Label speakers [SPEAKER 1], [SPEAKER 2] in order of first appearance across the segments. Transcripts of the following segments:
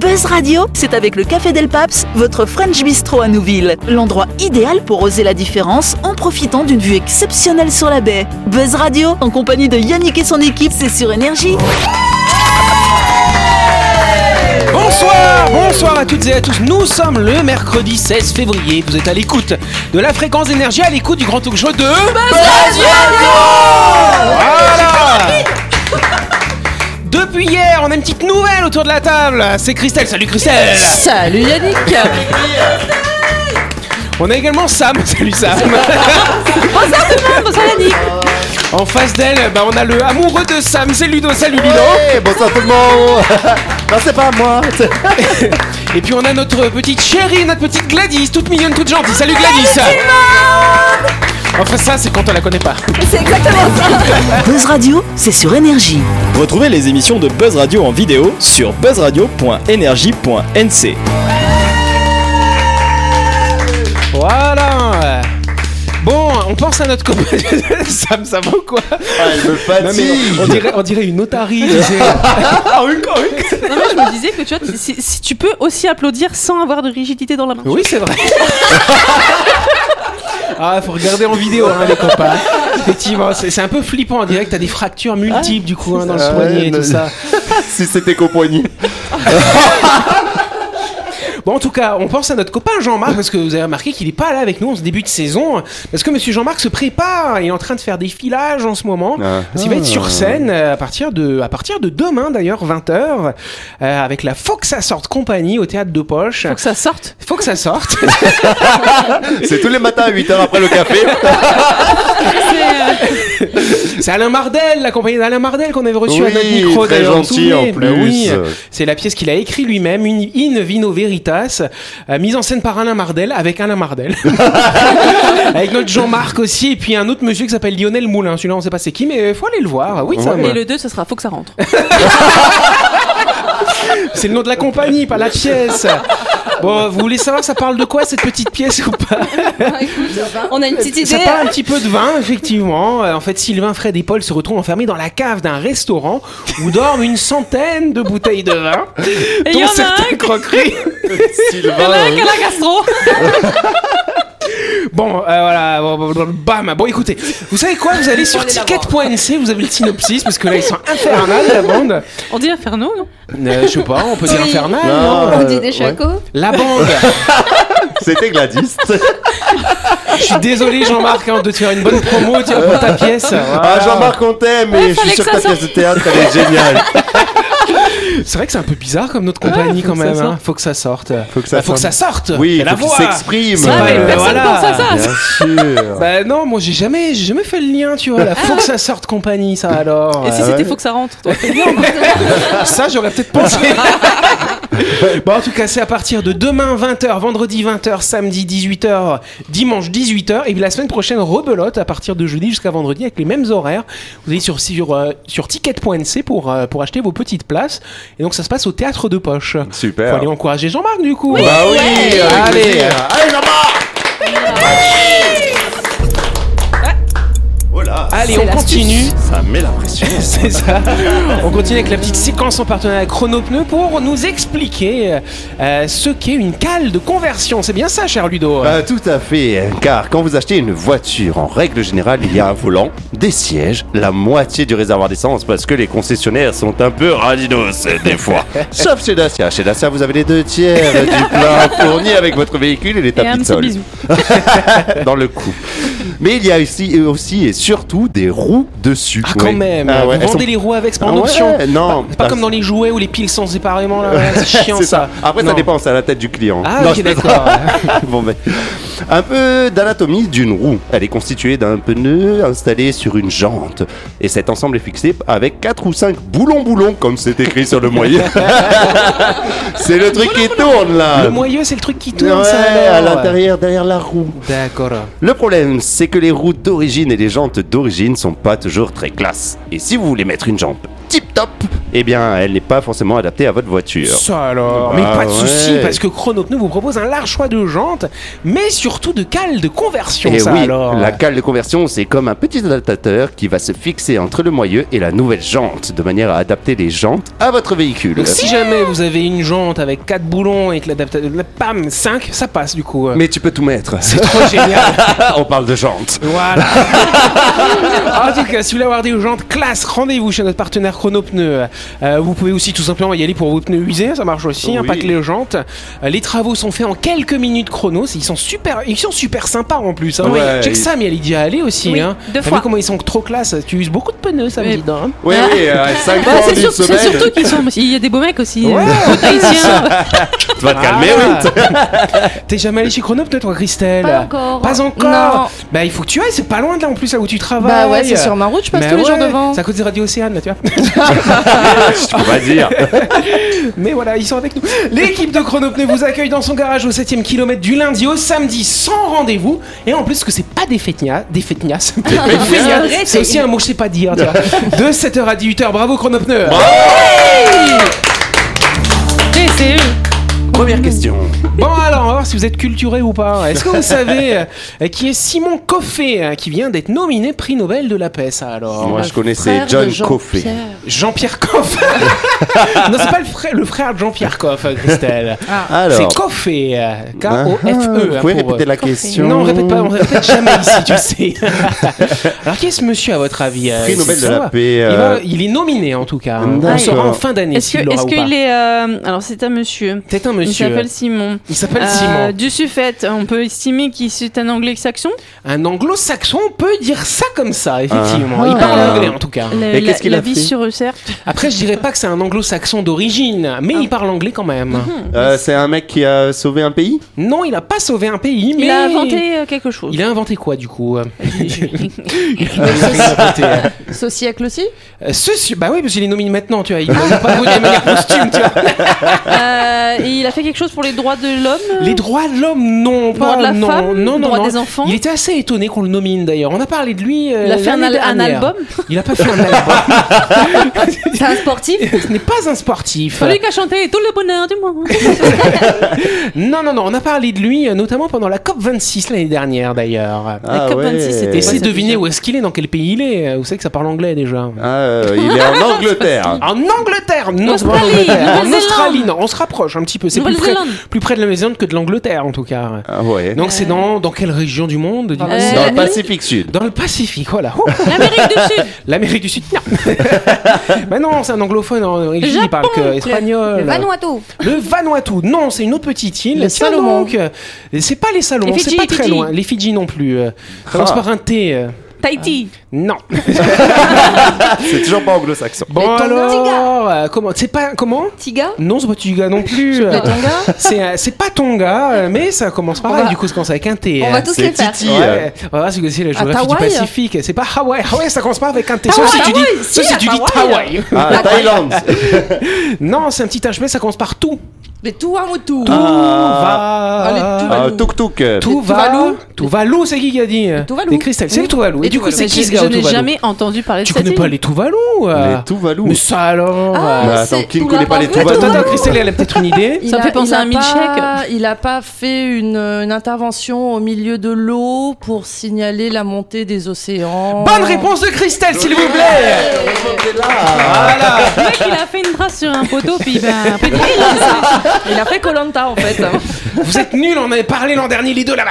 [SPEAKER 1] Buzz Radio, c'est avec le Café Del Paps, votre French Bistro à Nouville. L'endroit idéal pour oser la différence en profitant d'une vue exceptionnelle sur la baie. Buzz Radio, en compagnie de Yannick et son équipe, c'est sur Énergie.
[SPEAKER 2] Bonsoir, bonsoir à toutes et à tous. Nous sommes le mercredi 16 février. Vous êtes à l'écoute de la fréquence d'énergie, à l'écoute du grand talk show de Voilà. Depuis hier, on a une petite nouvelle autour de la table. C'est Christelle. Salut Christelle.
[SPEAKER 3] Salut Yannick
[SPEAKER 2] On a également Sam. Salut Sam.
[SPEAKER 3] Bonsoir tout le monde, bonsoir Yannick
[SPEAKER 2] En face d'elle, bah, on a le amoureux de Sam. C'est Ludo. Salut Ludo.
[SPEAKER 4] Hey, bonsoir tout le monde Non, c'est pas moi c'est-
[SPEAKER 2] Et puis on a notre petite chérie, notre petite Gladys, toute mignonne, toute gentille. Salut Gladys. Enfin ça, c'est quand on la connaît pas.
[SPEAKER 3] C'est exactement ça
[SPEAKER 1] Buzz Radio, c'est sur Énergie.
[SPEAKER 5] Retrouvez les émissions de Buzz Radio en vidéo sur buzzradio.energie.nc.
[SPEAKER 2] Voilà Bon, on pense à notre copain Sam, ça va ou quoi
[SPEAKER 4] Ah, Il me
[SPEAKER 2] Non, mais
[SPEAKER 4] fatigue
[SPEAKER 2] on, on dirait, on dirait une otarie. tu sais.
[SPEAKER 3] Non mais je me disais que tu vois, si, si- si tu peux aussi applaudir sans avoir de rigidité dans la main.
[SPEAKER 2] oui, c'est vrai. Ah, faut regarder en vidéo, hein, les copains. Effectivement, c'est c'est un peu flippant en direct. T'as des fractures multiples, du coup, hein, dans le
[SPEAKER 4] ça.
[SPEAKER 2] poignet et
[SPEAKER 4] Ouais,
[SPEAKER 2] tout
[SPEAKER 4] le-
[SPEAKER 2] ça.
[SPEAKER 4] Si c'était qu'au poignet.
[SPEAKER 2] Bon, en tout cas, on pense à notre copain Jean-Marc, parce que vous avez remarqué qu'il n'est pas là avec nous en ce début de saison. Parce que monsieur Jean-Marc se prépare. Il est en train de faire des filages en ce moment.
[SPEAKER 4] Ah.
[SPEAKER 2] Parce qu'il va être sur scène euh, à partir de, à partir de demain d'ailleurs, 20h, euh, avec la Faut que ça sorte compagnie au théâtre de Poche.
[SPEAKER 3] Faut que ça sorte.
[SPEAKER 2] Faut que ça sorte.
[SPEAKER 4] C'est tous les matins à 8h après le café.
[SPEAKER 3] C'est, euh,
[SPEAKER 2] C'est Alain Mardel, la compagnie d'Alain Mardel qu'on avait reçu à notre
[SPEAKER 4] Oui,
[SPEAKER 2] micro
[SPEAKER 4] très
[SPEAKER 2] d'ailleurs. vous vous
[SPEAKER 4] gentil en
[SPEAKER 2] souvenez
[SPEAKER 4] plus.
[SPEAKER 2] Bah oui, c'est la pièce qu'il a écrit lui-même, une- In Vino Veritas, euh, mise en scène par Alain Mardel avec Alain Mardel. avec notre Jean-Marc aussi, et puis un autre monsieur qui s'appelle Lionel Moulin. Celui-là, on sait pas c'est qui, mais euh, faut aller le voir. Oui, ça
[SPEAKER 3] Et le 2, ce sera Faut que ça rentre.
[SPEAKER 2] C'est le nom de la compagnie, pas la pièce. Bon, vous voulez savoir ça parle de quoi cette petite pièce ou pas
[SPEAKER 6] On a une petite
[SPEAKER 2] Ça
[SPEAKER 6] idée.
[SPEAKER 2] parle un petit peu de vin, effectivement. Euh, En fait, Sylvain, Fred et Paul se retrouvent enfermés dans la cave d'un restaurant où dorment une centaine de bouteilles de vin,
[SPEAKER 3] Et il
[SPEAKER 2] dont
[SPEAKER 3] y en a un
[SPEAKER 2] certains croqueries.
[SPEAKER 4] Sylvain.
[SPEAKER 3] qui a la gastro
[SPEAKER 2] Bon, euh, voilà, bon, bon, bon, bam. Bon, écoutez, vous savez quoi Vous allez sur ticket.nc, vous avez le synopsis, parce que là, ils sont infernales, la bande.
[SPEAKER 3] On dit Inferno, non
[SPEAKER 2] Euh, je sais pas, on peut dire
[SPEAKER 6] Oui.
[SPEAKER 2] infernal, Ah, non
[SPEAKER 4] Non,
[SPEAKER 6] On
[SPEAKER 4] euh,
[SPEAKER 6] dit des
[SPEAKER 4] ouais.
[SPEAKER 6] chacos.
[SPEAKER 2] La bande
[SPEAKER 4] C'était Gladys.
[SPEAKER 2] Je suis désolé, Jean-Marc, hein, de te faire une bonne promo tiens, pour ta pièce.
[SPEAKER 4] Ah,
[SPEAKER 2] Voilà.
[SPEAKER 4] Jean-Marc, on t'aime et je suis
[SPEAKER 3] fallait
[SPEAKER 4] sûr
[SPEAKER 3] que
[SPEAKER 4] que ta
[SPEAKER 3] ça
[SPEAKER 4] pièce de théâtre, elle est géniale.
[SPEAKER 2] C'est vrai que c'est un peu bizarre comme notre compagnie
[SPEAKER 3] Ah, faut
[SPEAKER 2] quand
[SPEAKER 3] que ça
[SPEAKER 2] même. hein.
[SPEAKER 3] sorte.
[SPEAKER 2] Faut que ça sorte.
[SPEAKER 4] Faut que ça
[SPEAKER 2] Bah, faut que ça
[SPEAKER 4] sorte.
[SPEAKER 2] sorte.
[SPEAKER 4] Oui,
[SPEAKER 2] Et la
[SPEAKER 4] faut qu'il
[SPEAKER 2] voix.
[SPEAKER 4] s'exprime.
[SPEAKER 2] Ça, mais
[SPEAKER 4] euh,
[SPEAKER 3] personne
[SPEAKER 2] voilà.
[SPEAKER 3] pense à ça
[SPEAKER 4] Bien sûr.
[SPEAKER 2] Bah non, moi j'ai jamais, j'ai jamais fait le lien, tu vois. Là, faut que ça sorte compagnie, ça alors.
[SPEAKER 3] Et si
[SPEAKER 2] Euh,
[SPEAKER 3] c'était
[SPEAKER 4] ouais.
[SPEAKER 3] Faut que ça rentre toi
[SPEAKER 2] ça, j'aurais peut-être pensé. bon, en tout cas, c'est à partir de demain 20h, vendredi 20h, samedi 18h, dimanche 18h, et puis la semaine prochaine rebelote à partir de jeudi jusqu'à vendredi avec les mêmes horaires. Vous allez sur sur, euh, sur ticket.nc pour euh, pour acheter vos petites places. Et donc ça se passe au théâtre de poche. Faut
[SPEAKER 4] Super.
[SPEAKER 2] aller encourager Jean-Marc du coup.
[SPEAKER 4] Bah oui,
[SPEAKER 2] Ouais.
[SPEAKER 4] avec
[SPEAKER 2] Allez.
[SPEAKER 4] plaisir. Allez, Jean-Marc Oh là,
[SPEAKER 2] Allez, on continue.
[SPEAKER 4] ça met la pression.
[SPEAKER 2] C'est ça. On continue avec la petite séquence en partenariat avec Chronopneu pour nous expliquer euh, ce qu'est une cale de conversion. C'est bien ça, cher Ludo
[SPEAKER 4] Euh, tout à fait, car quand vous achetez une voiture, en règle générale, il y a un volant, des sièges, la moitié du réservoir d'essence, parce que les concessionnaires sont un peu radinos euh, des fois. Sauf chez Dacia. Chez Dacia, vous avez les deux tiers euh, du plein fourni avec votre véhicule et les
[SPEAKER 3] Et
[SPEAKER 4] tapis
[SPEAKER 3] un
[SPEAKER 4] de
[SPEAKER 3] petit
[SPEAKER 4] sol
[SPEAKER 3] bisou.
[SPEAKER 4] dans le cou. Mais il y a aussi, aussi et surtout des roues dessus.
[SPEAKER 2] Ah, quand
[SPEAKER 4] Ouais.
[SPEAKER 2] même
[SPEAKER 4] Ah ouais,
[SPEAKER 2] Vous
[SPEAKER 4] elles
[SPEAKER 2] vendez
[SPEAKER 4] sont-
[SPEAKER 2] les roues avec, c'est pas
[SPEAKER 4] Ah
[SPEAKER 2] en
[SPEAKER 4] ouais,
[SPEAKER 2] option
[SPEAKER 4] non.
[SPEAKER 2] C'est pas comme dans les jouets où les piles sont séparément, là, là, c'est chiant
[SPEAKER 4] C'est
[SPEAKER 2] ça.
[SPEAKER 4] Après,
[SPEAKER 2] Non.
[SPEAKER 4] ça dépend, c'est à la tête du client.
[SPEAKER 2] Ah,
[SPEAKER 4] Non,
[SPEAKER 2] ok,
[SPEAKER 4] je
[SPEAKER 2] d'accord.
[SPEAKER 4] Bon, ben, un peu d'anatomie d'une roue. Elle est constituée d'un pneu installé sur une jante. Et cet ensemble est fixé avec 4 ou 5 boulons-boulons, comme c'est écrit sur le moyen. c'est le truc qui tourne là.
[SPEAKER 2] Le moyeu, c'est le truc qui tourne,
[SPEAKER 4] Ah. Ouais,
[SPEAKER 2] ça.
[SPEAKER 4] à
[SPEAKER 2] alors.
[SPEAKER 4] l'intérieur, derrière la roue.
[SPEAKER 2] D'accord.
[SPEAKER 4] Le problème, c'est que les roues d'origine et les jantes d'origine sont pas toujours très classe. Et si vous voulez mettre une jante type top, eh bien, elle n'est pas forcément adaptée à votre voiture.
[SPEAKER 2] Ça alors, mais
[SPEAKER 4] Bah
[SPEAKER 2] pas de souci
[SPEAKER 4] ouais.
[SPEAKER 2] parce que Chronopneu vous propose un large choix de jantes, mais surtout de cales de conversion.
[SPEAKER 4] Et
[SPEAKER 2] ça
[SPEAKER 4] Eh oui,
[SPEAKER 2] alors.
[SPEAKER 4] la cale de conversion, c'est comme un petit adaptateur qui va se fixer entre le moyeu et la nouvelle jante, de manière à adapter les jantes à votre véhicule.
[SPEAKER 2] Donc si jamais vous avez une jante avec 4 boulons et que l'adaptateur, la- pam, 5, ça passe du coup.
[SPEAKER 4] Mais tu peux tout mettre.
[SPEAKER 2] C'est trop génial.
[SPEAKER 4] On parle de jantes.
[SPEAKER 2] Voilà. en tout cas, si vous voulez avoir des jantes classe, rendez-vous chez notre partenaire Chrono Pneus. Euh, vous pouvez aussi tout simplement y aller pour vos pneus usés, ça marche aussi, hein,
[SPEAKER 4] Oui.
[SPEAKER 2] pas que les jantes. Euh, les travaux sont faits en quelques minutes chrono, c'est- ils sont super, ils sont super sympas en plus. Hein.
[SPEAKER 4] Ouais,
[SPEAKER 2] Check
[SPEAKER 4] ils-
[SPEAKER 2] ça, mais elle y dit à aller aussi.
[SPEAKER 6] Oui,
[SPEAKER 2] hein.
[SPEAKER 6] deux
[SPEAKER 2] T'as
[SPEAKER 6] fois.
[SPEAKER 2] vu comment ils sont trop classe Tu uses beaucoup de pneus, ça me
[SPEAKER 3] Mais-
[SPEAKER 2] dit. hein.
[SPEAKER 4] Oui, oui, euh, 5
[SPEAKER 3] Bah, c'est sur- c'est surtout qu'il y a des beaux mecs aussi.
[SPEAKER 2] Ouais.
[SPEAKER 3] euh, beaux Tahitiens.
[SPEAKER 4] Tu vas te calmer,
[SPEAKER 2] Ah.
[SPEAKER 4] oui.
[SPEAKER 2] T'es jamais allé chez Chrono peut-être, toi, Christelle
[SPEAKER 7] Pas encore.
[SPEAKER 2] Pas encore.
[SPEAKER 7] Non.
[SPEAKER 2] Bah, il faut que tu ailles, c'est pas loin de là en plus, là où tu travailles.
[SPEAKER 7] Bah ouais, c'est sur ma route, je passe
[SPEAKER 2] Mais
[SPEAKER 7] tous les jours
[SPEAKER 2] ouais,
[SPEAKER 7] devant.
[SPEAKER 2] C'est à cause des radios océanes, là, tu vois.
[SPEAKER 4] On va dire.
[SPEAKER 2] Mais voilà, ils sont avec nous. L'équipe de Chronopneu vous accueille dans son garage au 7ème kilomètre du lundi au samedi sans rendez-vous. Et en plus que c'est pas des fêtenias, des fêtenias, des feignasses,
[SPEAKER 6] vrai,
[SPEAKER 2] c'est
[SPEAKER 6] c'est-
[SPEAKER 2] aussi un mot que je sais pas dire. tiens. De 7h à 18h, bravo Chronopneu.
[SPEAKER 3] Et c'est eux.
[SPEAKER 4] Première question.
[SPEAKER 2] Bon alors, on va voir si vous êtes culturé ou pas. Est-ce que vous savez euh, qui est Simon Coffé euh, qui vient d'être nominé prix Nobel de la paix ça alors
[SPEAKER 4] Moi, je connaissais
[SPEAKER 7] Frère
[SPEAKER 4] John
[SPEAKER 7] de Jean
[SPEAKER 4] Coffey.
[SPEAKER 7] Pierre.
[SPEAKER 2] Jean-Pierre Coff. non, c'est pas le frère, le frère de Jean-Pierre Coff, euh, Christelle. C'est
[SPEAKER 4] Ah. Alors.
[SPEAKER 2] Coffé, euh,
[SPEAKER 4] Ah,
[SPEAKER 2] K-O-F-E.
[SPEAKER 4] Vous
[SPEAKER 2] hein,
[SPEAKER 4] pouvez
[SPEAKER 2] pour, euh,
[SPEAKER 4] répéter la question
[SPEAKER 2] Non, on répète pas, on répète jamais ici, tu le sais. Alors, qui est ce monsieur à votre avis euh,
[SPEAKER 4] Prix Nobel
[SPEAKER 2] c'est
[SPEAKER 4] de la
[SPEAKER 2] ça
[SPEAKER 4] paix.
[SPEAKER 2] il,
[SPEAKER 4] euh,
[SPEAKER 2] va- il est nominé en tout cas. hein. On
[SPEAKER 4] D'accord.
[SPEAKER 2] saura en fin d'année
[SPEAKER 3] Est-ce
[SPEAKER 2] s'il
[SPEAKER 3] que-
[SPEAKER 2] l'aura
[SPEAKER 3] est-ce
[SPEAKER 2] ou
[SPEAKER 3] qu'il
[SPEAKER 2] pas.
[SPEAKER 3] est. euh, Alors, c'est un monsieur.
[SPEAKER 2] C'est un
[SPEAKER 3] Il
[SPEAKER 2] monsieur.
[SPEAKER 3] s'appelle Simon.
[SPEAKER 2] Il s'appelle
[SPEAKER 3] Euh,
[SPEAKER 2] Simon.
[SPEAKER 3] Du suffète, on peut estimer qu'il est un anglo-saxon.
[SPEAKER 2] Un anglo-saxon, on peut dire ça comme ça, effectivement. il
[SPEAKER 4] Ah.
[SPEAKER 2] parle
[SPEAKER 4] Ah.
[SPEAKER 2] anglais en tout cas.
[SPEAKER 3] La,
[SPEAKER 4] Et
[SPEAKER 3] la-
[SPEAKER 4] qu'est-ce qu'il
[SPEAKER 3] la
[SPEAKER 4] a
[SPEAKER 3] vie
[SPEAKER 4] fait
[SPEAKER 3] sur Auxerre.
[SPEAKER 2] Après, je dirais pas que c'est un anglo-saxon d'origine, mais il parle anglais quand même.
[SPEAKER 3] Mm-hmm.
[SPEAKER 4] euh, c'est un mec qui a sauvé un pays
[SPEAKER 2] Non, il a pas sauvé un pays, mais.
[SPEAKER 3] Il a inventé euh, quelque chose.
[SPEAKER 2] Il a inventé quoi du coup
[SPEAKER 7] Ce siècle aussi
[SPEAKER 2] Euh, ce- Bah oui, parce qu'il est nominé maintenant, tu vois. Il n'a pas voulu manière posthume, tu vois.
[SPEAKER 3] Euh, et il a fait quelque chose pour les droits de l'homme. euh,
[SPEAKER 2] Les droits de l'homme, non,
[SPEAKER 3] droits
[SPEAKER 2] pas
[SPEAKER 3] de la
[SPEAKER 2] non,
[SPEAKER 3] femme,
[SPEAKER 2] non, non,
[SPEAKER 3] droits
[SPEAKER 2] non.
[SPEAKER 3] des enfants.
[SPEAKER 2] Il était assez étonné qu'on le nomine d'ailleurs. On a parlé de lui. euh,
[SPEAKER 3] Il a fait un,
[SPEAKER 2] l'année
[SPEAKER 3] al- un
[SPEAKER 2] dernière.
[SPEAKER 3] album.
[SPEAKER 2] Il a pas fait un album.
[SPEAKER 6] C'est un sportif
[SPEAKER 2] Ce n'est pas un sportif.
[SPEAKER 3] Celui qui a chanté tout le bonheur du monde.
[SPEAKER 2] Non, non, non. On a parlé de lui euh, notamment pendant la COP 26 l'année dernière d'ailleurs.
[SPEAKER 4] Ah
[SPEAKER 3] COP 26,
[SPEAKER 4] ouais.
[SPEAKER 3] c'était
[SPEAKER 2] Et c'est
[SPEAKER 3] ça
[SPEAKER 2] deviner
[SPEAKER 3] déjà.
[SPEAKER 2] où est-ce qu'il est, dans quel pays il est. Vous savez que ça parle anglais déjà.
[SPEAKER 4] Ah, euh, il est en Angleterre.
[SPEAKER 2] En Angleterre, non, c'est pas en
[SPEAKER 3] Australie,
[SPEAKER 2] Angleterre. en
[SPEAKER 3] Nouvelle-Zélande.
[SPEAKER 2] Australie, non, on se rapproche un petit peu. C'est plus près,
[SPEAKER 3] Nouvelle-Zélande.
[SPEAKER 2] plus près de la Nouvelle-Zélande que de l'Angleterre en tout cas.
[SPEAKER 4] Ah ouais.
[SPEAKER 2] Donc c'est dans, dans quelle région du monde du
[SPEAKER 7] Dans
[SPEAKER 2] coup
[SPEAKER 7] la-
[SPEAKER 4] Dans
[SPEAKER 3] Euh,
[SPEAKER 4] le Pacifique Sud.
[SPEAKER 2] Dans le Pacifique, voilà. Oh,
[SPEAKER 3] L'Amérique du Sud.
[SPEAKER 2] L'Amérique du Sud, non. Mais non, c'est un anglophone. en- Il
[SPEAKER 3] Japon,
[SPEAKER 2] il parle que espagnol.
[SPEAKER 7] Le Vanuatu.
[SPEAKER 2] Le Vanuatu. Non, c'est une autre petite île.
[SPEAKER 7] Les
[SPEAKER 2] Tiens
[SPEAKER 7] Salomon.
[SPEAKER 2] donc. C'est pas les Salomon,
[SPEAKER 3] Les
[SPEAKER 2] c'est
[SPEAKER 3] Fidji,
[SPEAKER 2] pas très
[SPEAKER 3] Fidji.
[SPEAKER 2] loin. Les Fidji non plus. Euh,
[SPEAKER 4] Ah.
[SPEAKER 2] Transparenté. euh,
[SPEAKER 3] Tahiti.
[SPEAKER 2] Non.
[SPEAKER 4] C'est toujours pas anglo-saxon.
[SPEAKER 2] Bon alors, euh, comment C'est pas comment
[SPEAKER 6] Tiga
[SPEAKER 2] Non, c'est pas Tonga non plus.
[SPEAKER 7] Le Tonga
[SPEAKER 2] C'est euh, c'est pas Tonga, euh, mais ça commence pareil.
[SPEAKER 7] va-
[SPEAKER 2] Du coup, ça commence avec un T.
[SPEAKER 6] On
[SPEAKER 2] euh.
[SPEAKER 6] va tous
[SPEAKER 4] C'est
[SPEAKER 6] les faire
[SPEAKER 4] Titi. euh,
[SPEAKER 2] Ouais, on va voir si vous connaissez la géographie du
[SPEAKER 7] Tawaï
[SPEAKER 2] Pacifique. C'est pas Hawaï. Hawaï, ça commence pas avec un T. Sauf si tu dis, sauf si tu dis Hawaï.
[SPEAKER 4] Ah, Thaïlande.
[SPEAKER 2] Non, c'est un petit HP, ça commence par tout.
[SPEAKER 6] Les Tuamotu
[SPEAKER 4] Ah,
[SPEAKER 2] va.
[SPEAKER 4] ah, Tuk-tuk. euh,
[SPEAKER 2] Tout va. Tout va loup, c'est qui qui a dit
[SPEAKER 6] Tuvalu.
[SPEAKER 2] Les cristals, c'est
[SPEAKER 6] Oui.
[SPEAKER 2] le Tuvalu. Et du coup, c'est
[SPEAKER 3] Mais
[SPEAKER 2] qui
[SPEAKER 3] j'ai-
[SPEAKER 2] ce gars
[SPEAKER 3] Je
[SPEAKER 2] au
[SPEAKER 3] n'ai
[SPEAKER 2] Tuvalu
[SPEAKER 3] jamais entendu parler de
[SPEAKER 2] Tu
[SPEAKER 3] cette
[SPEAKER 2] connais pas
[SPEAKER 3] île.
[SPEAKER 2] les Tuvalu
[SPEAKER 4] Les
[SPEAKER 2] euh
[SPEAKER 4] Tuvalu.
[SPEAKER 2] Mais ça alors
[SPEAKER 4] Mais
[SPEAKER 2] euh.
[SPEAKER 6] Ah,
[SPEAKER 4] attends,
[SPEAKER 6] c'est
[SPEAKER 4] qui ne
[SPEAKER 6] tout
[SPEAKER 4] connaît pas les
[SPEAKER 6] là-bas.
[SPEAKER 2] Attends,
[SPEAKER 4] Tuvalu
[SPEAKER 2] attends, Christelle, elle a peut-être une idée.
[SPEAKER 3] Ça me fait penser à un milkshake.
[SPEAKER 7] Il a pas fait une, une intervention au milieu de l'eau pour signaler la montée des océans.
[SPEAKER 2] Bonne réponse de Christelle, s'il vous plaît Voilà
[SPEAKER 3] Le mec, il a fait une trace sur un poteau, puis ben, après, il dit, il a-
[SPEAKER 7] Il a fait Colanta en fait.
[SPEAKER 2] Vous êtes nuls, on en avait parlé l'an dernier, les deux là-bas.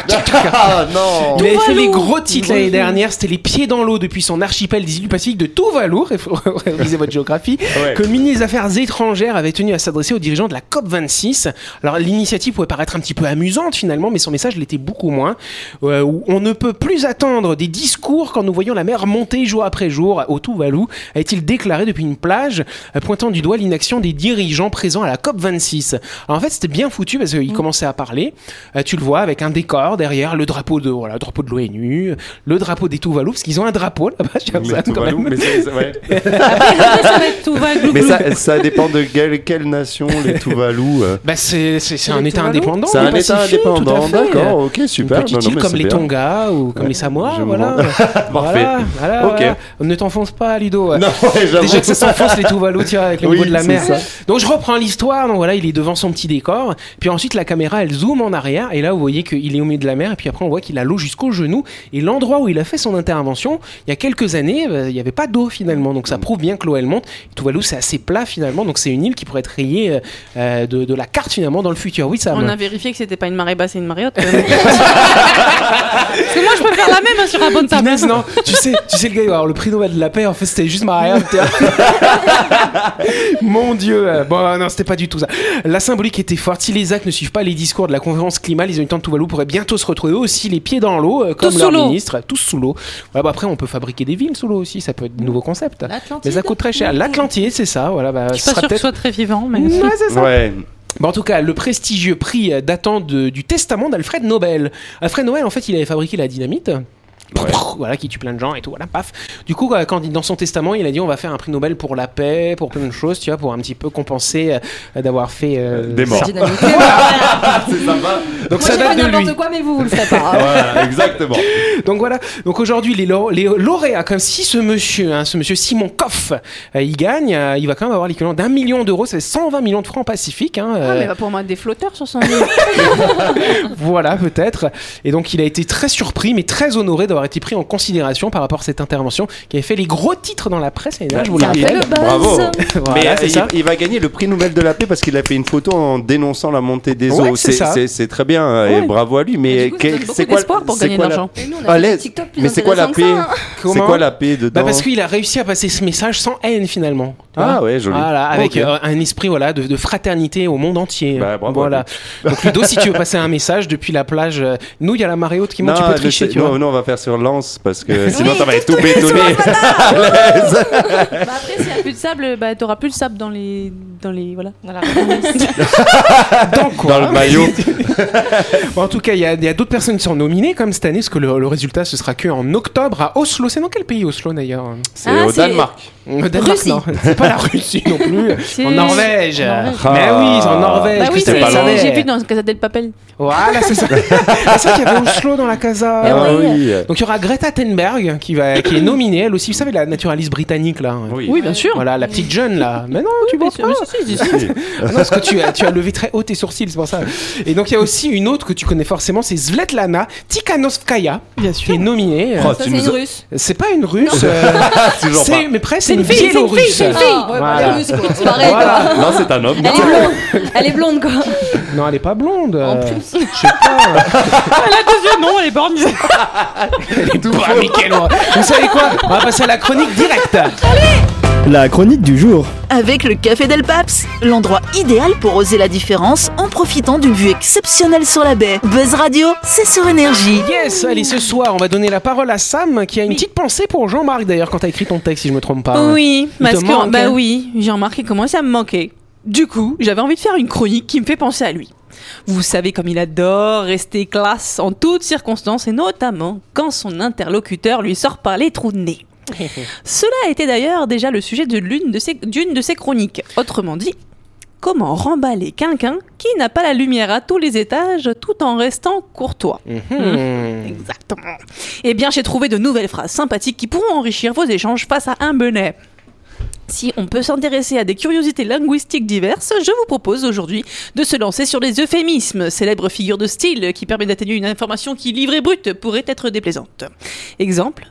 [SPEAKER 4] Ah non
[SPEAKER 2] Il avait fait les gros titres l'année dernière, c'était Les Pieds dans l'eau depuis son archipel des îles du Pacifique de Tuvalu, révisez votre géographie,
[SPEAKER 4] Ouais.
[SPEAKER 2] que le ministre des Affaires étrangères avait tenu à s'adresser aux dirigeants de la COP26. Alors l'initiative pouvait paraître un petit peu amusante finalement, mais son message l'était beaucoup moins. Euh, où on ne peut plus attendre des discours quand nous voyons la mer monter jour après jour au Tuvalu, a-t-il déclaré depuis une plage, euh, pointant du doigt l'inaction des dirigeants présents à la COP26. Alors en fait c'était bien foutu parce qu'il commençait à parler, euh, tu le vois avec un décor derrière, le drapeau de voilà, le drapeau de l'ONU, le drapeau des Tuvalu, parce qu'ils ont un drapeau là-bas, j'aime ça,
[SPEAKER 4] Mais
[SPEAKER 2] quand
[SPEAKER 4] Tuvalu,
[SPEAKER 2] même.
[SPEAKER 4] mais c'est- ouais.
[SPEAKER 3] ça va être tout va, glou,
[SPEAKER 4] Mais
[SPEAKER 3] glou.
[SPEAKER 4] ça, ça dépend de quelle, quelle nation les Tuvalu. euh.
[SPEAKER 2] Bah c'est c'est- c'est
[SPEAKER 7] Et
[SPEAKER 2] un
[SPEAKER 7] les
[SPEAKER 2] État
[SPEAKER 7] Tuvalu
[SPEAKER 2] indépendant.
[SPEAKER 4] C'est
[SPEAKER 2] le
[SPEAKER 4] un état
[SPEAKER 2] Pacifique, tout à
[SPEAKER 4] indépendant,
[SPEAKER 2] fait. euh,
[SPEAKER 4] d'accord, ok,
[SPEAKER 2] Une
[SPEAKER 4] super.
[SPEAKER 2] petite
[SPEAKER 4] Non, non,
[SPEAKER 2] île
[SPEAKER 4] mais
[SPEAKER 2] comme
[SPEAKER 4] c'est
[SPEAKER 2] les
[SPEAKER 4] bien.
[SPEAKER 2] Tonga ou comme les Samoa,
[SPEAKER 4] je me
[SPEAKER 2] voilà.
[SPEAKER 4] demande. Parfait.
[SPEAKER 2] Voilà, voilà,
[SPEAKER 4] Ok.
[SPEAKER 2] voilà. Ne t'enfonce pas, Ludo.
[SPEAKER 4] Non. Ouais, j'avoue.
[SPEAKER 2] Déjà que ça s'enfonce les Tuvalu, tu vois, avec le
[SPEAKER 4] Oui,
[SPEAKER 2] niveau de la
[SPEAKER 4] c'est
[SPEAKER 2] mer.
[SPEAKER 4] ça.
[SPEAKER 2] Donc je reprends l'histoire. Donc voilà, il est devant son petit décor. Puis ensuite, la caméra, elle zoome en arrière. Et là, vous voyez qu'il est au milieu de la mer. Et puis après, on voit qu'il a l'eau jusqu'au genou. Et l'endroit où il a fait son intervention, il y a quelques années, euh, il n'y avait pas d'eau finalement. Donc ça prouve bien que l'eau, elle monte. Tuvalu, c'est assez plat finalement. Donc c'est une île qui pourrait être rayée euh, euh, de, de la carte finalement dans le futur. Oui, ça.
[SPEAKER 3] On a vérifié que c'était pas une marée basse et une marée haute. quand même. Parce que moi, je peux faire la même hein, sur un bon table.
[SPEAKER 2] Finesse, non, tu sais, tu sais le gars, il va avoir le prix Nobel de la paix. En fait, c'était juste Maria. Mon Dieu. euh, Bon, euh, non, c'était pas du tout ça. La symbolique était forte. Si les actes ne suivent pas les discours de la conférence climat, les habitants de Tuvalu pourraient bientôt se retrouver eux aussi les pieds dans l'eau, euh, comme
[SPEAKER 3] Tous
[SPEAKER 2] leur
[SPEAKER 3] sous l'eau.
[SPEAKER 2] ministre, tous sous l'eau. Ouais, bah, après, on peut fabriquer des villes sous l'eau aussi. Ça peut être de nouveaux concepts. Mais ça coûte très cher. L'Atlantide, c'est ça. Voilà, bah,
[SPEAKER 3] Bah, Je
[SPEAKER 2] ce
[SPEAKER 3] suis
[SPEAKER 2] sera
[SPEAKER 3] pas sûre que ce
[SPEAKER 2] peut-être.
[SPEAKER 3] soit très vivant, mais.
[SPEAKER 2] Ouais, c'est ça.
[SPEAKER 4] Ouais.
[SPEAKER 2] Bon, en tout cas, le prestigieux prix euh, datant de- du testament d'Alfred Nobel. Alfred Nobel, en fait, il avait fabriqué la dynamite. Voilà, qui tue plein de gens et tout, voilà, paf. Du coup, euh, quand il- dans son testament, il a dit on va faire un prix Nobel pour la paix, pour plein de choses, tu vois, pour un petit peu compenser euh, d'avoir fait. euh,
[SPEAKER 4] Des morts.
[SPEAKER 2] ça.
[SPEAKER 6] Dynamique.
[SPEAKER 4] C'est sympa.
[SPEAKER 2] Donc
[SPEAKER 6] Moi,
[SPEAKER 2] ça
[SPEAKER 6] j'ai pas
[SPEAKER 2] date de lui.
[SPEAKER 6] n'importe quoi, mais vous, vous le ferez pas.
[SPEAKER 4] Voilà, exactement.
[SPEAKER 2] Donc voilà. Donc aujourd'hui, les, laure- les lauréats, comme si ce monsieur, hein, ce monsieur Simon Koff, euh, il gagne, euh, il va quand même avoir l'équivalent d'un million d'euros, c'est 120 millions de francs pacifiques. Hein,
[SPEAKER 3] Ah,
[SPEAKER 2] euh,
[SPEAKER 3] mais va pour moi des flotteurs sur son île.
[SPEAKER 2] Voilà, peut-être. Et donc, il a été très surpris, mais très honoré d'avoir été pris en considération par rapport à cette intervention qui avait fait les gros titres dans la presse. Et là,
[SPEAKER 4] Ah,
[SPEAKER 2] je vous le
[SPEAKER 6] Ça fait
[SPEAKER 2] rappelle.
[SPEAKER 6] le buzz.
[SPEAKER 4] Bravo. Mais
[SPEAKER 2] Voilà,
[SPEAKER 4] euh,
[SPEAKER 2] c'est
[SPEAKER 4] il,
[SPEAKER 2] ça.
[SPEAKER 4] il va gagner le prix Nobel de la paix parce qu'il a fait une photo en dénonçant la montée des
[SPEAKER 2] Ouais,
[SPEAKER 4] eaux.
[SPEAKER 2] c'est
[SPEAKER 4] C'est-
[SPEAKER 2] ça.
[SPEAKER 4] C'est c'est très bien euh,
[SPEAKER 2] Ouais.
[SPEAKER 4] et bravo à lui. Mais
[SPEAKER 6] du coup, ça
[SPEAKER 4] quel-
[SPEAKER 6] donne beaucoup
[SPEAKER 4] c'est quoi
[SPEAKER 3] d'espoir pour
[SPEAKER 4] c'est
[SPEAKER 3] gagner
[SPEAKER 4] quoi
[SPEAKER 3] de
[SPEAKER 4] la-
[SPEAKER 3] l'argent.
[SPEAKER 6] Mais nous, on a
[SPEAKER 4] Ah,
[SPEAKER 6] fait
[SPEAKER 4] laisse-
[SPEAKER 6] des TikTok plus
[SPEAKER 4] Mais c'est quoi la
[SPEAKER 6] intéressants
[SPEAKER 4] paix
[SPEAKER 6] que ça, hein.
[SPEAKER 4] C'est
[SPEAKER 2] Comment
[SPEAKER 4] quoi la paix
[SPEAKER 2] Bah,
[SPEAKER 4] dedans
[SPEAKER 2] parce qu'il a réussi à passer ce message sans haine finalement. Tu vois
[SPEAKER 4] Ah ouais, joli.
[SPEAKER 2] Voilà, avec
[SPEAKER 4] Ok.
[SPEAKER 2] euh, un esprit voilà de, de fraternité au monde entier.
[SPEAKER 4] Bah, bravo
[SPEAKER 2] voilà. Donc Ludo, si tu veux passer un message depuis la plage, euh, nous il y a la marée haute qui monte, tu peux
[SPEAKER 4] je
[SPEAKER 2] tricher,
[SPEAKER 4] sais-
[SPEAKER 2] tu
[SPEAKER 4] non,
[SPEAKER 2] vois.
[SPEAKER 4] non, on va faire sur Lance parce que sinon
[SPEAKER 6] Oui,
[SPEAKER 4] ça va être tout
[SPEAKER 6] tout- tout-
[SPEAKER 4] bétonné.
[SPEAKER 3] bah après, s'il n'y a plus de sable, bah t'auras plus de sable dans les. Dans les voilà.
[SPEAKER 7] Dans la-
[SPEAKER 2] Dans quoi
[SPEAKER 4] Dans le maillot.
[SPEAKER 2] Bon, en tout cas, il y a, il y a d'autres personnes qui sont nominées comme cette année, parce que le, le résultat ce sera que en octobre à Oslo. C'est dans quel pays Oslo d'ailleurs
[SPEAKER 4] C'est
[SPEAKER 6] Ah,
[SPEAKER 4] au
[SPEAKER 6] c'est-
[SPEAKER 4] Danemark.
[SPEAKER 2] Au Danemark,
[SPEAKER 6] Russie.
[SPEAKER 2] non. C'est pas la Russie non plus.
[SPEAKER 3] C'est-
[SPEAKER 2] en Norvège.
[SPEAKER 3] En Norvège.
[SPEAKER 2] Mais oui,
[SPEAKER 4] Ah.
[SPEAKER 2] c'est en Norvège.
[SPEAKER 3] Bah
[SPEAKER 2] que
[SPEAKER 3] oui,
[SPEAKER 2] ça
[SPEAKER 3] c'est-
[SPEAKER 4] pas
[SPEAKER 2] passait.
[SPEAKER 4] loin.
[SPEAKER 3] j'ai vu dans Casa del Papel.
[SPEAKER 2] Voilà, c'est ça. c'est ça qu'il y avait Oslo dans la casa.
[SPEAKER 3] Eh
[SPEAKER 4] Ah oui.
[SPEAKER 2] Donc il y aura Greta Thunberg qui, va, qui est nominée, elle aussi. Vous savez, la naturaliste britannique là.
[SPEAKER 3] Oui, bien sûr.
[SPEAKER 2] Voilà, la petite jeune là. Mais non, tu vois
[SPEAKER 3] Mais
[SPEAKER 2] pas.
[SPEAKER 3] c'est- c'est- c'est-
[SPEAKER 4] Si.
[SPEAKER 2] Ah non, parce que tu as, tu as levé très haut tes sourcils, c'est pour ça. Et donc il y a aussi une autre que tu connais forcément, c'est Svetlana Tikhanovskaya,
[SPEAKER 3] Bien
[SPEAKER 2] qui est nominée.
[SPEAKER 4] Oh,
[SPEAKER 6] Ça,
[SPEAKER 4] tu
[SPEAKER 6] c'est
[SPEAKER 4] nous
[SPEAKER 6] une
[SPEAKER 4] as-
[SPEAKER 6] russe.
[SPEAKER 2] C'est pas une russe, euh,
[SPEAKER 4] Toujours pas.
[SPEAKER 2] c'est, mais presque une,
[SPEAKER 3] fille, c'est une fille,
[SPEAKER 2] biélorusse.
[SPEAKER 3] c'est une fille.
[SPEAKER 6] Ah, ouais, bah,
[SPEAKER 2] Voilà.
[SPEAKER 6] les Russes, quoi. C'est pareil, quoi.
[SPEAKER 2] Voilà.
[SPEAKER 4] Non, c'est un homme.
[SPEAKER 6] Elle est blonde. Elle est blonde, quoi.
[SPEAKER 2] Non, elle est pas blonde.
[SPEAKER 6] En
[SPEAKER 2] euh,
[SPEAKER 6] plus.
[SPEAKER 2] Je sais pas.
[SPEAKER 3] La deuxième, non, elle est borgne.
[SPEAKER 2] Bah, Mickaël, Vous savez quoi On va passer à la chronique directe.
[SPEAKER 5] La chronique du jour.
[SPEAKER 1] Avec le Café Del Paps, l'endroit idéal pour oser la différence en profitant d'une vue exceptionnelle sur la baie. Buzz Radio, c'est sur énergie.
[SPEAKER 2] Yes, allez, ce soir, on va donner la parole à Sam qui a une petite pensée pour Jean-Marc d'ailleurs quand t'as écrit ton texte, si je me trompe pas.
[SPEAKER 3] Oui,
[SPEAKER 2] Il
[SPEAKER 3] parce
[SPEAKER 2] te
[SPEAKER 3] que
[SPEAKER 2] manque,
[SPEAKER 3] bah
[SPEAKER 2] hein.
[SPEAKER 3] oui, Jean-Marc il commence à me manquer. Du coup, j'avais envie de faire une chronique qui me fait penser à lui. Vous savez comme il adore rester classe en toutes circonstances et notamment quand son interlocuteur lui sort par les trous de nez. Cela était d'ailleurs déjà le sujet de l'une de ses- d'une de ses chroniques. Autrement dit, comment remballer quelqu'un qui n'a pas la lumière à tous les étages tout en restant courtois.
[SPEAKER 2] Mhm.
[SPEAKER 3] Exactement. Eh bien, j'ai trouvé de nouvelles phrases sympathiques qui pourront enrichir vos échanges face à un bonnet. Si on peut s'intéresser à des curiosités linguistiques diverses, je vous propose aujourd'hui de se lancer sur les euphémismes, célèbre figure de style qui permet d'atténuer une information qui, livrée brute, pourrait être déplaisante. Exemple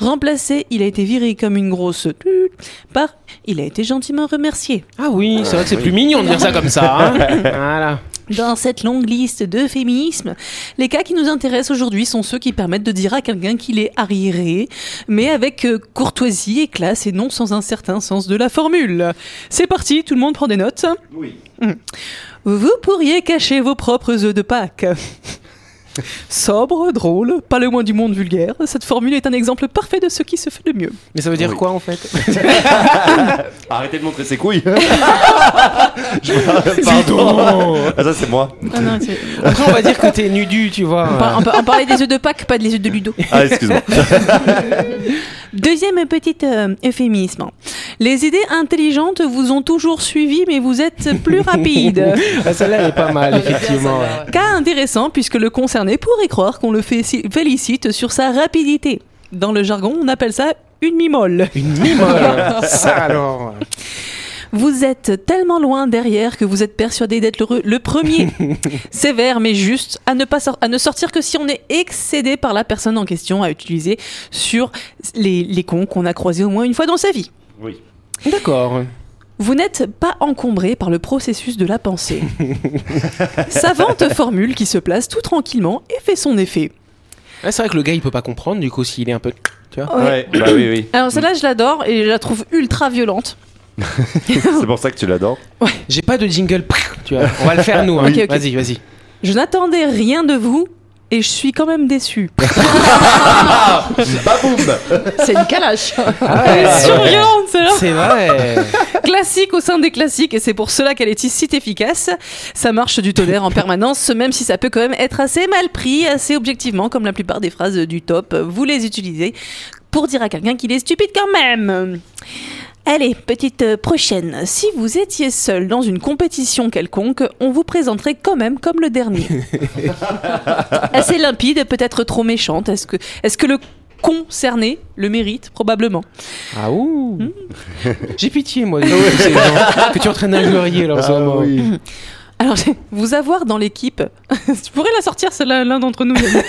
[SPEAKER 3] Remplacer il a été viré comme une grosse tute par il a été gentiment remercié.
[SPEAKER 2] Ah oui, c'est vrai que c'est plus mignon de dire ça comme ça. hein. voilà.
[SPEAKER 3] Dans cette longue liste d'euphémismes, les cas qui nous intéressent aujourd'hui sont ceux qui permettent de dire à quelqu'un qu'il est arriéré, mais avec euh, courtoisie et classe et non sans un certain sens de la formule. C'est parti, tout le monde prend des notes.
[SPEAKER 4] Oui.
[SPEAKER 3] Hmm. Vous pourriez cacher vos propres œufs de Pâques. Sobre, drôle, pas le moins du monde vulgaire, cette formule est un exemple parfait de ce qui se fait de mieux.
[SPEAKER 2] Mais ça veut dire
[SPEAKER 4] Oui.
[SPEAKER 2] quoi en fait
[SPEAKER 4] Arrêtez de montrer ses couilles. Je- Pardon. Ah, ça, c'est moi.
[SPEAKER 2] Après, on va dire que t'es nudu, tu vois.
[SPEAKER 3] On, par- on par- on parlait des œufs de Pâques, pas des œufs de Ludo.
[SPEAKER 4] Ah, excuse-moi.
[SPEAKER 3] Deuxième petit euh, euphémisme. Les idées intelligentes vous ont toujours suivi, mais vous êtes plus rapide.
[SPEAKER 2] Ah, Celle-là, elle est pas mal, effectivement. ouais.
[SPEAKER 3] Cas intéressant, puisque le concerné pourrait croire qu'on le fé- félicite sur sa rapidité. Dans le jargon, on appelle ça une mimole.
[SPEAKER 2] Une mimole Ça alors
[SPEAKER 3] Vous êtes tellement loin derrière que vous êtes persuadé d'être le, re- le premier. Sévère mais juste, à ne, pas sor- à ne sortir que si on est excédé par la personne en question à utiliser sur les, les cons qu'on a croisés au moins une fois dans sa vie.
[SPEAKER 4] Oui.
[SPEAKER 2] D'accord.
[SPEAKER 3] Vous n'êtes pas encombré par le processus de la pensée. Savante formule qui se place tout tranquillement et fait son effet.
[SPEAKER 2] Ah, c'est vrai que le gars il peut pas comprendre du coup s'il est un peu. Tu vois
[SPEAKER 4] Ouais, bah oui, oui.
[SPEAKER 3] Alors celle-là, je l'adore et je la trouve ultra violente.
[SPEAKER 4] C'est pour ça que tu l'adores.
[SPEAKER 2] J'ai pas de jingle. Tu vois, on va le faire nous. hein.
[SPEAKER 3] Ok, ok.
[SPEAKER 2] Vas-y, vas-y.
[SPEAKER 3] Je n'attendais rien de vous et je suis quand même déçu.
[SPEAKER 4] Bah boum
[SPEAKER 7] C'est une calache.
[SPEAKER 2] Ah,
[SPEAKER 3] Elle est surviolente, celle-là.
[SPEAKER 2] Euh, C'est vrai.
[SPEAKER 3] Classique au sein des classiques et c'est pour cela qu'elle est si efficace. Ça marche du tonnerre en permanence, même si ça peut quand même être assez mal pris, assez objectivement, comme la plupart des phrases du top. Vous les utilisez pour dire à quelqu'un qu'il est stupide quand même. Allez, petite euh, prochaine. Si vous étiez seul dans une compétition quelconque, on vous présenterait quand même comme le dernier. assez limpide, peut-être trop méchante. Est-ce que, est que le concerné le mérite Probablement.
[SPEAKER 2] Ah ouh. J'ai pitié moi. de ces gens que tu entraînes à glorier là. en ce moment.
[SPEAKER 3] Alors, j'ai- vous avoir dans l'équipe, tu pourrais la sortir, celle-là, l'un d'entre nous, Yannick.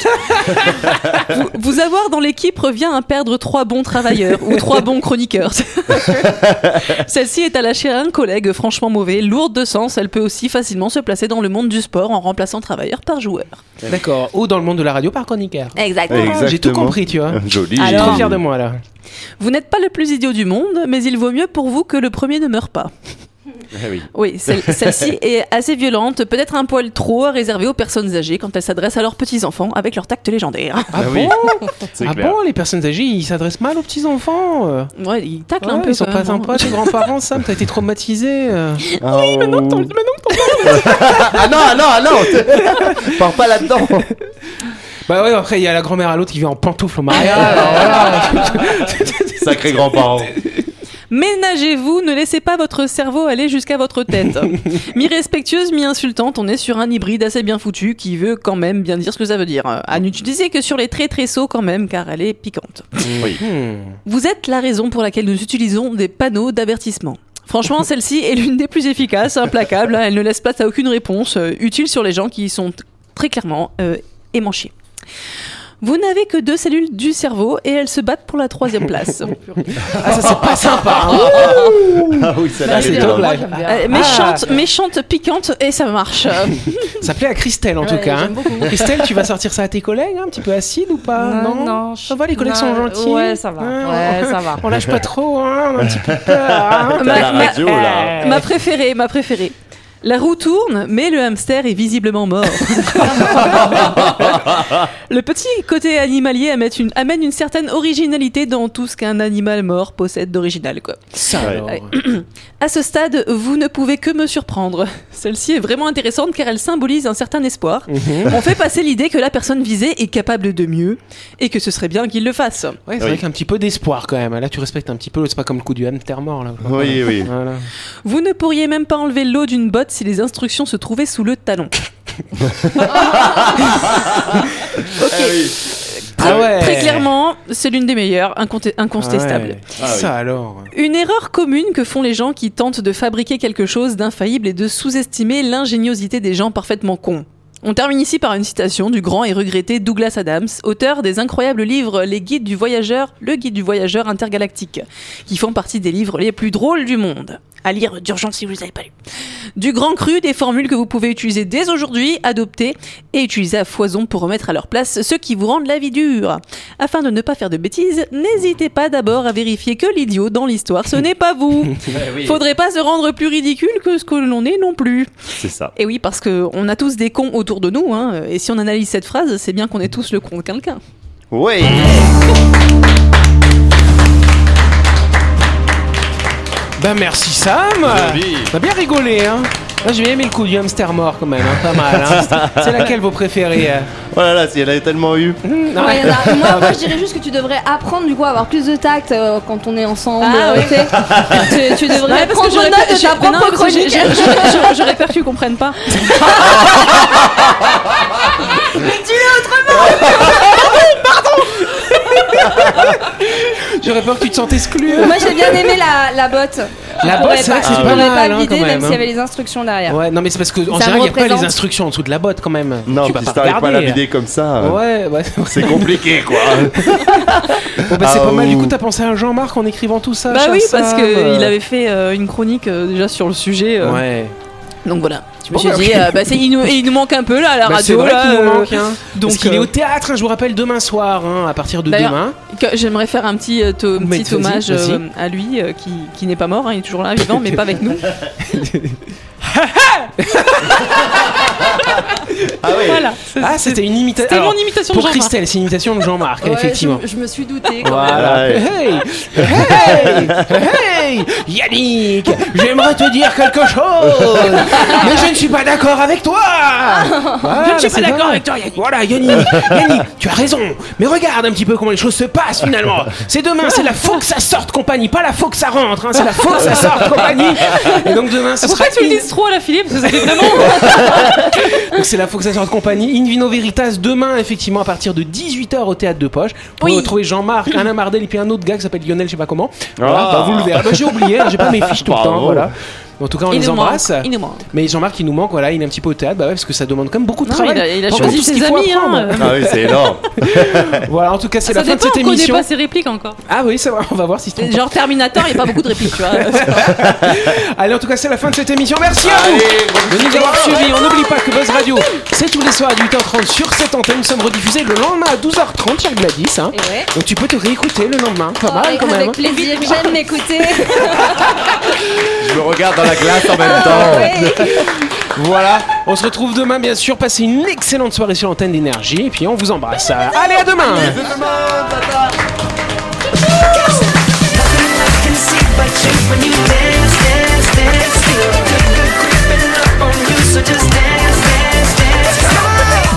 [SPEAKER 3] vous, vous avoir dans l'équipe revient à perdre trois bons travailleurs ou trois bons chroniqueurs. Celle-ci est à lâcher à un collègue franchement mauvais, lourde de sens. Elle peut aussi facilement se placer dans le monde du sport en remplaçant travailleur par joueur.
[SPEAKER 2] D'accord. Ou dans le monde de la radio par chroniqueur.
[SPEAKER 3] Exactement.
[SPEAKER 4] Exactement.
[SPEAKER 2] J'ai tout compris, tu vois.
[SPEAKER 4] Joli.
[SPEAKER 2] Je suis trop
[SPEAKER 3] Alors-
[SPEAKER 2] fier de moi là.
[SPEAKER 3] Vous n'êtes pas le plus idiot du monde, mais il vaut mieux pour vous que le premier ne meure pas.
[SPEAKER 4] Ah oui.
[SPEAKER 3] Oui, celle- celle-ci est assez violente, peut-être un poil trop réservée aux personnes âgées quand elles s'adressent à leurs petits-enfants avec leur tact légendaire.
[SPEAKER 2] Ah,
[SPEAKER 4] Ah oui.
[SPEAKER 2] bon
[SPEAKER 4] C'est
[SPEAKER 2] Ah
[SPEAKER 4] clair.
[SPEAKER 2] bon, les personnes âgées, ils s'adressent mal aux petits enfants. euh.
[SPEAKER 3] Ouais, ils taclent un
[SPEAKER 2] Ouais,
[SPEAKER 3] peu.
[SPEAKER 2] ils sont
[SPEAKER 3] quand
[SPEAKER 2] pas
[SPEAKER 3] même,
[SPEAKER 2] sympas,
[SPEAKER 3] hein.
[SPEAKER 2] tes grands-parents, Sam. T'as été traumatisé. euh.
[SPEAKER 4] Oui, maintenant que Ah non, ah non, ah non Pars pas là-dedans
[SPEAKER 2] Bah ouais, après, il y a la grand-mère à l'autre qui vient en pantoufle au mariage. alors voilà.
[SPEAKER 4] Sacré grand-parent.
[SPEAKER 3] Ménagez-vous, ne laissez pas votre cerveau aller jusqu'à votre tête. mi-respectueuse, mi-insultante, on est sur un hybride assez bien foutu qui veut quand même bien dire ce que ça veut dire. Euh, À n'utiliser que sur les très très sauts quand même, car elle est piquante.
[SPEAKER 2] Hmm.
[SPEAKER 3] Vous êtes la raison pour laquelle nous utilisons des panneaux d'avertissement. Franchement, celle-ci est l'une des plus efficaces, implacable. hein, Elle ne laisse place à aucune réponse, euh, utile sur les gens qui y sont t- très clairement euh, émanchés. Vous n'avez que deux cellules du cerveau et elles se battent pour la troisième place.
[SPEAKER 2] Ah, ça, c'est pas sympa. hein.
[SPEAKER 4] Ah oui, ça
[SPEAKER 2] Ah,
[SPEAKER 4] là,
[SPEAKER 2] c'est
[SPEAKER 4] c'est
[SPEAKER 2] top,
[SPEAKER 4] drôle.
[SPEAKER 2] là.
[SPEAKER 3] Euh,
[SPEAKER 7] Ah.
[SPEAKER 3] méchante, méchante, piquante et ça marche. Euh,
[SPEAKER 2] Ça plaît à Christelle en tout cas. hein. Christelle, tu vas sortir ça à tes collègues, un petit peu acide ou pas
[SPEAKER 7] Non, non, je-
[SPEAKER 2] Euh, Ça va, les collègues
[SPEAKER 7] non,
[SPEAKER 2] sont gentils.
[SPEAKER 7] ouais, ça va.
[SPEAKER 2] Ah,
[SPEAKER 7] Ouais,
[SPEAKER 2] on-
[SPEAKER 7] ça va.
[SPEAKER 2] On lâche pas trop, hein, on a un petit peu peur. hein.
[SPEAKER 4] T'as la radio, là.
[SPEAKER 3] ma préférée, ma préférée. La roue tourne, mais le hamster est visiblement mort. le petit côté animalier amène une, amène une certaine originalité dans tout ce qu'un animal mort possède d'original. quoi.
[SPEAKER 2] Ça, alors.
[SPEAKER 4] Ouais.
[SPEAKER 3] À ce stade, vous ne pouvez que me surprendre. Celle-ci est vraiment intéressante car elle symbolise un certain espoir. On fait passer l'idée que la personne visée est capable de mieux et que ce serait bien qu'il le fasse.
[SPEAKER 2] Ouais, c'est
[SPEAKER 4] Oui.
[SPEAKER 2] vrai qu'un petit peu d'espoir quand même. Là, tu respectes un petit peu, c'est pas comme le coup du hamster mort. Là.
[SPEAKER 4] Oui, oui.
[SPEAKER 2] Voilà.
[SPEAKER 3] Vous ne pourriez même pas enlever l'eau d'une botte si les instructions se trouvaient sous le talon. ok,
[SPEAKER 4] Ah oui.
[SPEAKER 3] très,
[SPEAKER 2] Ah ouais.
[SPEAKER 3] très clairement, c'est l'une des meilleures, inconté- incontestable.
[SPEAKER 2] Ouais.
[SPEAKER 4] Ah oui.
[SPEAKER 2] Ça alors.
[SPEAKER 3] Une erreur commune que font les gens qui tentent de fabriquer quelque chose d'infaillible est de sous-estimer l'ingéniosité des gens parfaitement cons. On termine ici par une citation du grand et regretté Douglas Adams, auteur des incroyables livres Les Guides du Voyageur, Le Guide du Voyageur intergalactique, qui font partie des livres les plus drôles du monde. À lire d'urgence si vous ne les avez pas lus. Du grand cru, des formules que vous pouvez utiliser dès aujourd'hui, adopter et utiliser à foison pour remettre à leur place ceux qui vous rendent la vie dure. Afin de ne pas faire de bêtises, n'hésitez pas d'abord à vérifier que l'idiot dans l'histoire, ce n'est pas vous.
[SPEAKER 2] Eh
[SPEAKER 3] Faudrait pas se rendre plus ridicule que ce que l'on est non plus.
[SPEAKER 4] C'est ça.
[SPEAKER 3] Et oui, parce que on a tous des cons autour de nous, hein, et si on analyse cette phrase, c'est bien qu'on est tous le con de quelqu'un.
[SPEAKER 4] Oui.
[SPEAKER 2] Bah merci Sam.
[SPEAKER 4] Joli.
[SPEAKER 2] T'as bien rigolé, hein. Moi, j'ai bien aimé le coup du hamster mort quand même, hein, pas mal. hein. C'est- C'est laquelle vos préférées euh
[SPEAKER 4] Oh là là, il y en avait tellement eu.
[SPEAKER 2] Non,
[SPEAKER 6] Ouais, y en a. Moi, moi, je dirais juste que tu devrais apprendre du coup à avoir plus de tact euh, quand on est ensemble.
[SPEAKER 3] Ah,
[SPEAKER 6] euh,
[SPEAKER 3] oui.
[SPEAKER 6] tu sais. tu, tu devrais
[SPEAKER 3] Ouais, parce que
[SPEAKER 6] prendre
[SPEAKER 3] j'aurais
[SPEAKER 6] note
[SPEAKER 3] pas-
[SPEAKER 6] de ta
[SPEAKER 3] j'ai- non,
[SPEAKER 6] propre
[SPEAKER 3] parce que j'ai-
[SPEAKER 6] chronique.
[SPEAKER 3] j'ai- j'ai- J'aurais peur que tu comprennes pas.
[SPEAKER 2] Je J'aurais peur que tu te sentes exclu. hein.
[SPEAKER 6] Moi j'ai bien aimé la, la botte.
[SPEAKER 2] La
[SPEAKER 6] Je pourrais
[SPEAKER 2] botte, c'est vrai que
[SPEAKER 6] je
[SPEAKER 2] c'est pas
[SPEAKER 6] pourrais
[SPEAKER 2] mal, hein,
[SPEAKER 6] pas vider
[SPEAKER 2] quand
[SPEAKER 6] même
[SPEAKER 2] même,
[SPEAKER 6] s'il y
[SPEAKER 2] hein.
[SPEAKER 6] avait les instructions derrière.
[SPEAKER 2] Ouais, non, mais c'est parce que en
[SPEAKER 6] Ça me
[SPEAKER 2] général, il n'y a pas
[SPEAKER 6] représente.
[SPEAKER 2] les instructions en dessous de la botte quand même.
[SPEAKER 4] Non,
[SPEAKER 2] Tu
[SPEAKER 4] parce
[SPEAKER 2] vas
[SPEAKER 4] que t'arrives pas à la
[SPEAKER 2] regarder.
[SPEAKER 4] vider comme ça. euh,
[SPEAKER 2] Ouais, ouais. Bon,
[SPEAKER 4] C'est compliqué, quoi.
[SPEAKER 2] bah, c'est
[SPEAKER 4] Ah,
[SPEAKER 2] pas mal. Du
[SPEAKER 4] ouh.
[SPEAKER 2] coup, t'as pensé à Jean-Marc en écrivant tout ça
[SPEAKER 3] Bah oui,
[SPEAKER 2] Chassam,
[SPEAKER 3] parce
[SPEAKER 2] euh,
[SPEAKER 3] qu'il avait fait euh, une chronique euh, déjà sur le sujet. euh,
[SPEAKER 2] Ouais.
[SPEAKER 3] Donc voilà. Je me
[SPEAKER 2] Bon,
[SPEAKER 3] suis
[SPEAKER 2] bah,
[SPEAKER 3] dit,
[SPEAKER 2] ok.
[SPEAKER 3] euh, bah, c'est- il, nous, et il nous manque un peu là à la
[SPEAKER 2] Bah, c'est
[SPEAKER 3] radio.
[SPEAKER 2] vrai
[SPEAKER 3] là,
[SPEAKER 2] qu'il nous
[SPEAKER 3] euh,
[SPEAKER 2] manque, hein.
[SPEAKER 3] donc,
[SPEAKER 2] Parce qu'il est
[SPEAKER 3] euh,
[SPEAKER 2] au théâtre, hein, je vous rappelle, demain soir, hein, à partir de
[SPEAKER 3] D'ailleurs,
[SPEAKER 2] demain.
[SPEAKER 3] que- J'aimerais faire un petit, euh, to-
[SPEAKER 2] Mais vas-y,
[SPEAKER 3] petit hommage
[SPEAKER 2] vas-y.
[SPEAKER 3] euh, à lui euh, qui, qui n'est pas mort, hein, il est toujours là, vivant, mais pas avec nous.
[SPEAKER 4] Ah ouais.
[SPEAKER 3] Voilà.
[SPEAKER 2] Ah, c'était une imitation.
[SPEAKER 3] euh, C'était mon imitation de
[SPEAKER 2] Pour
[SPEAKER 3] Jean-Marc.
[SPEAKER 2] Christelle, c'est une imitation de Jean-Marc,
[SPEAKER 7] Ouais,
[SPEAKER 2] effectivement.
[SPEAKER 7] je, je me suis doutée. quand même.
[SPEAKER 2] Voilà.
[SPEAKER 4] Ouais.
[SPEAKER 2] Hey, hey, hey, Yannick, j'aimerais te dire quelque chose, mais je ne suis pas d'accord avec toi. Ah. je ne suis pas d'accord avec toi, Yannick. Voilà, Yannick, Yannick, tu as raison. Mais regarde un petit peu comment les choses se passent finalement. C'est demain, c'est la faut que ça sorte compagnie, pas la faut que ça rentre. hein, c'est la faut que ça sorte compagnie. Et donc demain, ce sera
[SPEAKER 3] Pourquoi tu le dis trop à la Philippe Parce que c'était vraiment.
[SPEAKER 2] donc c'est la Fox Assort Company, In Vino Veritas, demain effectivement à partir de 18h au Théâtre de Poche. Vous pouvez
[SPEAKER 3] Oui.
[SPEAKER 2] retrouver Jean-Marc, Alain Mardel et puis un autre gars qui s'appelle Lionel, je sais pas comment. Voilà,
[SPEAKER 4] Ah.
[SPEAKER 2] bah, vous le verrez. Bah, j'ai oublié, hein, j'ai pas mes fiches tout le temps.
[SPEAKER 4] Bravo.
[SPEAKER 2] Voilà. En tout cas, on
[SPEAKER 3] il,
[SPEAKER 2] les
[SPEAKER 3] nous manque,
[SPEAKER 2] embrasse.
[SPEAKER 3] il nous manque.
[SPEAKER 2] Mais Jean-Marc, il nous manque, voilà, il est un petit peu au théâtre, bah ouais, parce que ça demande quand même beaucoup de
[SPEAKER 3] Non,
[SPEAKER 2] travail.
[SPEAKER 3] il a, il a
[SPEAKER 2] Par contre,
[SPEAKER 3] choisi
[SPEAKER 2] tout ce
[SPEAKER 3] ses
[SPEAKER 2] qu'il faut
[SPEAKER 3] amis.
[SPEAKER 2] apprendre.
[SPEAKER 3] hein.
[SPEAKER 4] Ah oui, c'est énorme.
[SPEAKER 2] Voilà, en tout cas, c'est
[SPEAKER 3] Ça
[SPEAKER 2] la fin de
[SPEAKER 3] dépend,
[SPEAKER 2] cette
[SPEAKER 3] on connaît
[SPEAKER 2] émission.
[SPEAKER 3] pas ses répliques encore.
[SPEAKER 2] Ah oui, c'est vrai, on va voir si c'est
[SPEAKER 3] Genre Terminator, il n'y a pas beaucoup de répliques, tu vois.
[SPEAKER 2] Allez, en tout cas, c'est la fin de cette émission. Merci à vous de nous avoir suivis. On n'oublie pas que Buzz Radio, c'est tous les soirs à 8h30 sur cette antenne. Nous sommes rediffusés le lendemain à 12h30, chère Gladys. hein.
[SPEAKER 6] Et Eh ouais. Oh,
[SPEAKER 2] Donc tu peux te réécouter le lendemain. Pas mal
[SPEAKER 6] avec
[SPEAKER 2] quand même. hein.
[SPEAKER 6] avec plaisir, j'aime m'écouter.
[SPEAKER 4] Je me regarde dans la glace en même
[SPEAKER 6] Ah
[SPEAKER 4] temps.
[SPEAKER 6] ouais.
[SPEAKER 2] Voilà. On se retrouve demain, bien sûr. Passez une excellente soirée sur l'antenne d'énergie. Et puis on vous embrasse. Allez, à demain.